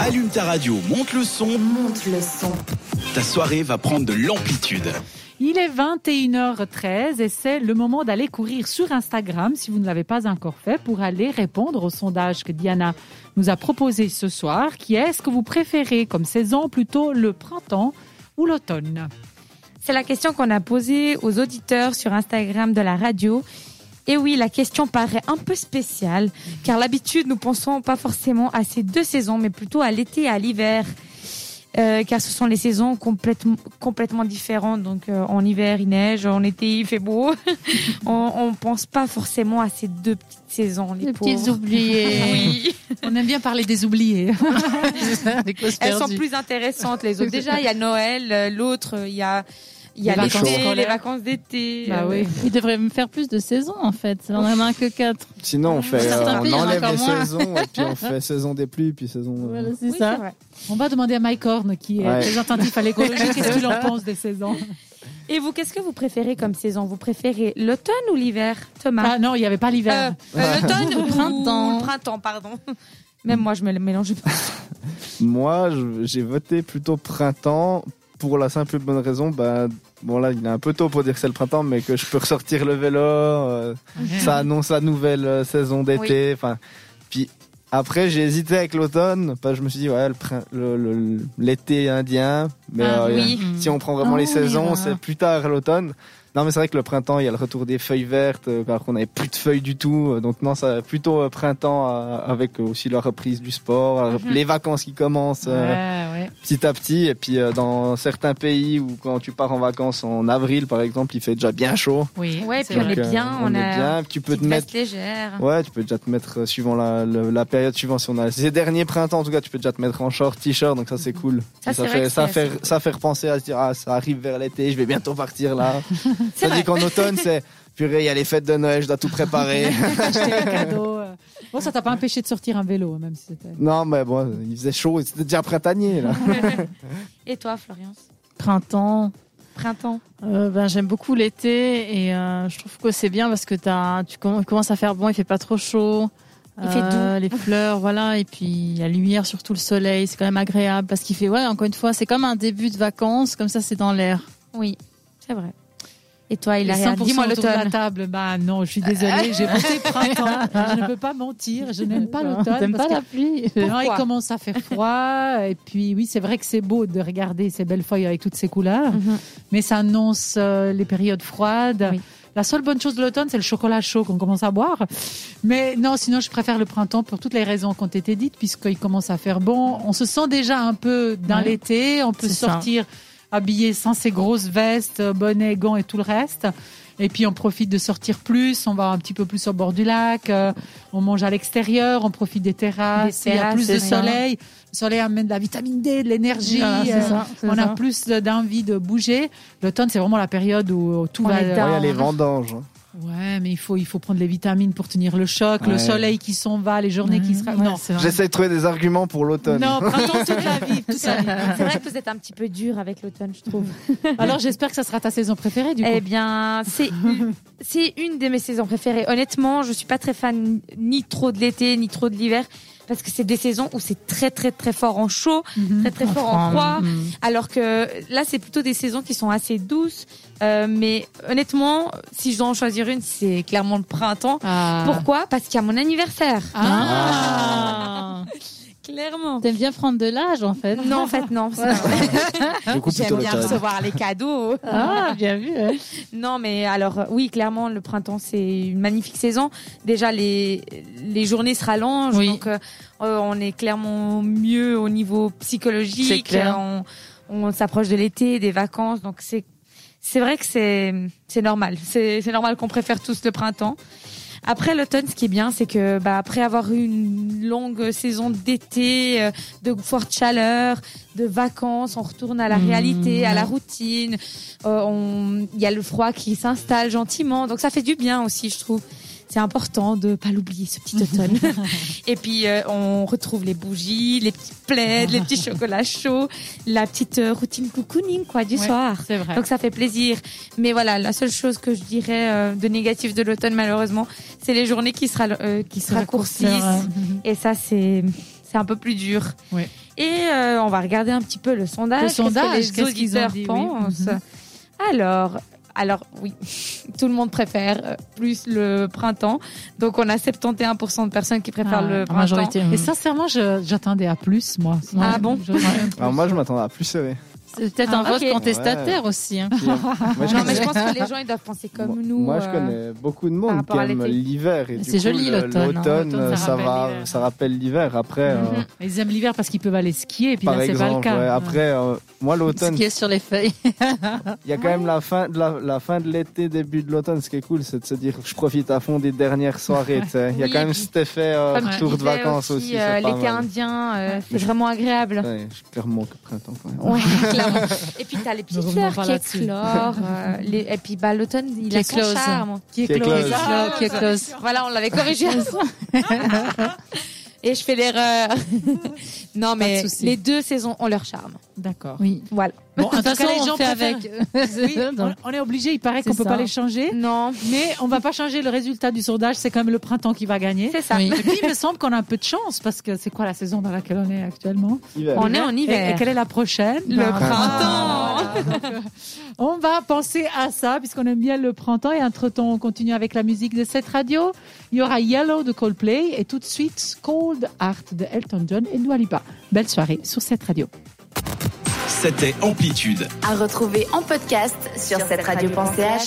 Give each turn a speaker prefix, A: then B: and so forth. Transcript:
A: Allume ta radio, monte le son.
B: Monte le son.
A: Ta soirée va prendre de l'amplitude.
C: Il est 21h13 et c'est le moment d'aller courir sur Instagram si vous ne l'avez pas encore fait pour aller répondre au sondage que Diana nous a proposé ce soir qui est est-ce que vous préférez comme saison plutôt le printemps ou l'automne
D: C'est la question qu'on a posée aux auditeurs sur Instagram de la radio. Et oui, la question paraît un peu spéciale, car l'habitude, nous pensons pas forcément à ces deux saisons, mais plutôt à l'été et à l'hiver. Euh, car ce sont les saisons complètement, complètement différentes. Donc euh, en hiver, il neige, en été, il fait beau. on ne pense pas forcément à ces deux petites saisons, les,
E: Les
D: pauvres.
E: petits oubliés.
D: Oui,
C: On aime bien parler des oubliés.
E: Des causes
D: elles sont
E: perdues.
D: plus intéressantes les autres. Déjà, il y a Noël, euh, l'autre, il y a, il y a
E: Les vacances
D: l'été, les
E: scolaires.
D: vacances d'été.
C: Bah
D: Euh,
C: oui.
E: Il devrait me faire plus de saisons en fait. Là, On en a que quatre.
F: Sinon, on, fait,
E: Certains
F: euh,
E: pays,
F: on
E: il y en a
F: enlève
E: encore
F: les
E: moins.
F: saisons et puis on fait saison des pluies, puis saison. euh,
E: Voilà, c'est
D: oui, c'est
E: ça.
D: vrai.
C: On va demander à Mike Horn qui est
F: Ouais.
C: très attentif à l'écologie qu'est-ce qu'il en pense des saisons.
D: Et vous, qu'est-ce que vous préférez comme saison Vous préférez l'automne ou l'hiver, Thomas
C: Ah non, il n'y avait pas l'hiver.
D: Euh, euh, L'automne ou
E: Le printemps.
D: Le printemps, pardon. Même moi, je me le mélange pas.
F: Moi, je- j'ai voté plutôt printemps pour la simple et bonne raison, bah, bon là, il est un peu tôt pour dire que c'est le printemps, mais que je peux ressortir le vélo, euh, ça annonce la nouvelle euh, saison d'été, enfin, puis après j'ai hésité avec l'automne, bah, je me suis dit ouais, le prin- le- le- l'été indien, mais
D: Ah,
F: euh,
D: oui.
F: si on prend vraiment
E: Non,
F: les
E: on y
F: saisons,
E: va.
F: c'est plus tard l'automne. Non, mais c'est vrai que le printemps, il y a le retour des feuilles vertes, euh, alors qu'on n'avait plus de feuilles du tout. Euh, Donc non, ça plutôt euh, printemps euh, avec euh, aussi la reprise du sport, la rep-
D: Mhm.
F: les vacances qui commencent euh,
C: Ouais, ouais.
F: petit à petit. Et puis euh, dans certains pays où quand tu pars en vacances en avril, par exemple, il fait déjà bien chaud.
C: Oui,
D: Ouais,
C: c'est
D: puis on
C: vrai.
D: est
F: euh,
D: bien,
F: on
D: on
F: est
D: a
F: bien. Tu peux te
D: Petite
F: mettre
D: veste légère.
F: Ouais, tu peux déjà te mettre euh, suivant la, le- la période suivant si on a ces derniers printemps en tout cas, tu peux déjà te mettre en short, t-shirt, donc ça c'est cool.
D: Mhm. Ça,
F: Et
D: c'est vrai
F: fait
D: que
F: ça
D: c'est
F: fait
D: assez
F: ça fait repenser à se dire ah ça arrive vers l'été, je vais bientôt partir là.
D: C'est
F: Tandis
D: vrai.
F: qu'en automne c'est purée, il y a les fêtes de Noël, je dois tout préparer.
C: Acheter les cadeaux. Bon, ça t'a pas empêché de sortir un vélo, même si c'était.
F: non mais bon, il faisait chaud, c'était déjà printanier là.
D: Et toi, Florian
E: Printemps.
D: Printemps.
E: Euh, ben, j'aime beaucoup l'été et euh, je trouve que c'est bien parce que t'as, tu comm- il commence à faire bon, il fait pas trop chaud.
D: Il fait
E: Euh, Les fleurs, voilà, et puis la lumière, surtout le soleil, c'est quand même agréable parce qu'il fait, ouais, encore une fois, c'est comme un début de vacances, comme ça c'est dans l'air.
D: Oui, c'est vrai. Et toi,
C: Il
D: il a rien. Dis-moi
C: autour de la
D: l'automne.
C: table. Bah non, je suis désolée, j'ai voté printemps. Je ne peux pas mentir, je n'aime pas l'automne.
E: T'aimes pas
C: parce
E: la pluie
C: que- Non, il
D: Pourquoi
C: commence à faire froid. Et puis, oui, c'est vrai que c'est beau de regarder ces belles feuilles avec toutes ces couleurs.
D: Mhm.
E: Mm-hmm.
C: Mais ça annonce euh, les périodes froides.
D: Oui.
C: La seule bonne chose de l'automne, c'est le chocolat chaud qu'on commence à boire. Mais non, sinon, je préfère le printemps pour toutes les raisons qui ont été dites, puisqu'il commence à faire bon. On se sent déjà un peu dans
E: Ouais.
C: l'été. On peut
E: C'est ça.
C: sortir habillé sans ces grosses vestes, euh, bonnets, gants et tout le reste. Et puis, on profite de sortir plus. On va un petit peu plus au bord du lac. euh, on mange à l'extérieur. On profite des terrasses.
D: Des
C: Il y a
D: terrasses,
C: plus de
D: c'est ça. Ah,
C: soleil. Le soleil amène de la vitamine D, de l'énergie.
E: Voilà, c'est
C: euh,
E: ça, c'est
C: on a
E: ça.
C: plus de- d'envie de bouger. L'automne, c'est vraiment la période où tout
D: On
C: va.
D: est
F: Oh, il y a
D: down.
F: les vendanges. hein.
C: Ouais, mais il faut, il faut prendre les vitamines pour tenir le choc, le
F: Ouais.
C: soleil qui s'en va, les journées
D: Mmh.
C: qui se. ra-
E: Ouais,
C: non,
E: c'est vrai.
F: J'essaie de trouver des arguments pour l'automne.
C: non, printemps toute la vie, toute la vie.
D: C'est vrai que vous êtes un petit peu dur avec l'automne, je trouve.
C: Alors j'espère que ça sera ta saison préférée du coup.
D: Eh bien, c'est une- c'est une de mes saisons préférées. Honnêtement, je suis pas très fan ni trop de l'été ni trop de l'hiver parce que c'est des saisons où c'est très très très fort en chaud,
C: Mhm.
D: très très fort en froid.
E: Mm.
D: Alors que là, c'est plutôt des saisons qui sont assez douces. Euh, mais honnêtement, si je dois en choisir une, c'est clairement le printemps.
C: Ah.
D: Pourquoi Parce qu'il y a mon anniversaire.
E: Ah.
D: Clairement.
E: T'aimes bien prendre de l'âge en fait.
D: Non, en fait, non. c'est pas vrai.
F: Du coup plutôt
D: J'aime bien
F: l'automne.
D: recevoir les cadeaux.
E: Ah, bien vu. ouais.
D: Non, mais alors euh, oui, clairement, le printemps c'est une magnifique saison. Déjà, les les journées se rallongent,
E: Oui.
D: donc euh, euh, on est clairement mieux au niveau psychologique.
E: C'est clair.
D: Euh, On, on s'approche de l'été, des vacances, donc c'est c'est vrai que c'est c'est normal. C'est c'est normal qu'on préfère tous le printemps. Après l'automne, ce qui est bien, c'est que bah, après avoir eu une longue saison d'été, euh, de forte chaleur, de vacances, on retourne à la
E: Mmh.
D: réalité, à la routine. Euh, on- Il y a le froid qui s'installe gentiment, donc ça fait du bien aussi, je trouve. C'est important de pas l'oublier ce petit automne. Et puis euh, on retrouve les bougies, les petits plaids, les petits chocolats chauds, la petite euh, routine cocooning quoi du
C: Ouais.
D: soir.
C: C'est vrai.
D: Donc ça fait plaisir. Mais voilà, la seule chose que je dirais euh, de négatif de l'automne malheureusement, c'est les journées qui se, rall- euh, qui se
E: raccourcir,
D: raccourcissent. Et ça c'est c'est c'est un peu plus dur.
C: Oui.
D: Et euh, on va regarder un petit peu le sondage.
C: Le
D: Qu'est-ce que
C: sondage,
D: les
C: qu'est-ce qu'ils ont
D: auditeurs
C: dit, oui.
D: pensent.
C: Mhm.
D: Alors, alors oui, tout le monde préfère euh, plus le printemps. Donc on a 71% de personnes qui préfèrent
E: Ah,
D: le
E: en
D: printemps.
E: majorité.
C: Et
E: oui.
C: sincèrement, je- j'attendais à plus, moi.
D: Ah bon
C: Je- ouais.
F: Alors moi, je m'attendais à plus serré.
E: C'est peut-être
D: Ah,
E: un vote
D: ok.
E: contestataire aussi. hein.
F: Puis, euh, moi,
D: Non, mais je
F: connais-
D: pense que les gens ils doivent penser comme
F: moi,
D: nous.
F: moi, je
D: euh,
F: connais beaucoup
D: par
F: de monde
D: rapport
F: qui
D: à l'été.
F: aime
D: euh,
F: l'hiver. et
E: Mais
F: du
E: c'est
F: coup,
E: joli,
F: le-
E: l'automne, hein.
F: L'automne,
C: L'automne, ça
F: ça,
C: rappelle
F: va,
C: l'hiver.
F: ça rappelle l'hiver. Après,
D: Mhm.
F: euh,
C: Ils aiment l'hiver parce qu'ils peuvent aller skier, et puis
F: par
C: là, c'est pas le
F: exemple,
C: cas.
F: ouais, après, euh, moi,
E: Ce
F: l'automne,
E: qui est sur les feuilles.
F: Il y a quand même la fin de la, la fin de l'été, début de l'automne. Ce qui est cool, c'est de se dire, je profite à fond des dernières soirées. tu sais. Il y a
D: Oui,
F: quand même
D: puis-
F: cet effet euh,
D: comme tu
F: retour de
D: disais
F: vacances aussi.
D: euh,
F: c'est pas
D: L'été
F: mal.
D: indien, euh, c'est
F: Mais je-
D: vraiment agréable.
F: Ouais, je- clairement que printemps. Quand même.
D: Ouais, clairement. Et puis t'as les petites
C: revenons
D: fleurs
C: pas
D: qui
C: là-dessus.
D: éclorent. euh, les... Et puis bah, l'automne, il
E: Qui
D: a son
E: éclose.
D: charme.
C: Qui est
F: Qui est
C: close.
F: close.
E: Ah, qui est close.
D: Voilà, on l'avait corrigé. Et je fais l'erreur. non, mais
E: souci.
D: les deux saisons ont leur charme.
C: D'accord.
E: Oui.
D: Voilà.
C: Bon, en
E: de toute
C: tout cas,
E: façon,
C: les
E: on
C: gens
E: fait
C: préfèrent-
E: avec.
C: Oui, on,
E: Donc,
C: on est obligé, il paraît
E: C'est
C: qu'on peut pas
E: ça.
C: les changer.
D: Non,
C: Mais on va pas changer le résultat du sondage, c'est quand même le printemps qui va gagner.
D: c'est ça.
E: oui.
C: Et puis, il me semble qu'on a un peu de chance parce que c'est quoi la saison dans laquelle on est actuellement
F: Hiver.
D: On est en
C: et, et
D: hiver. Ah.
C: quelle est la prochaine
D: Le
C: Ben,
D: printemps.
C: voilà. Donc, euh, On va penser à ça puisqu'on aime bien le printemps et entre-temps, on continue avec la musique de cette radio. Il y aura Yellow de Coldplay et tout de suite Cold Heart de Elton John et Dua Lipa. Belle soirée sur cette radio.
A: C'était Amplitude.
B: À retrouver en podcast sur cette radio.ch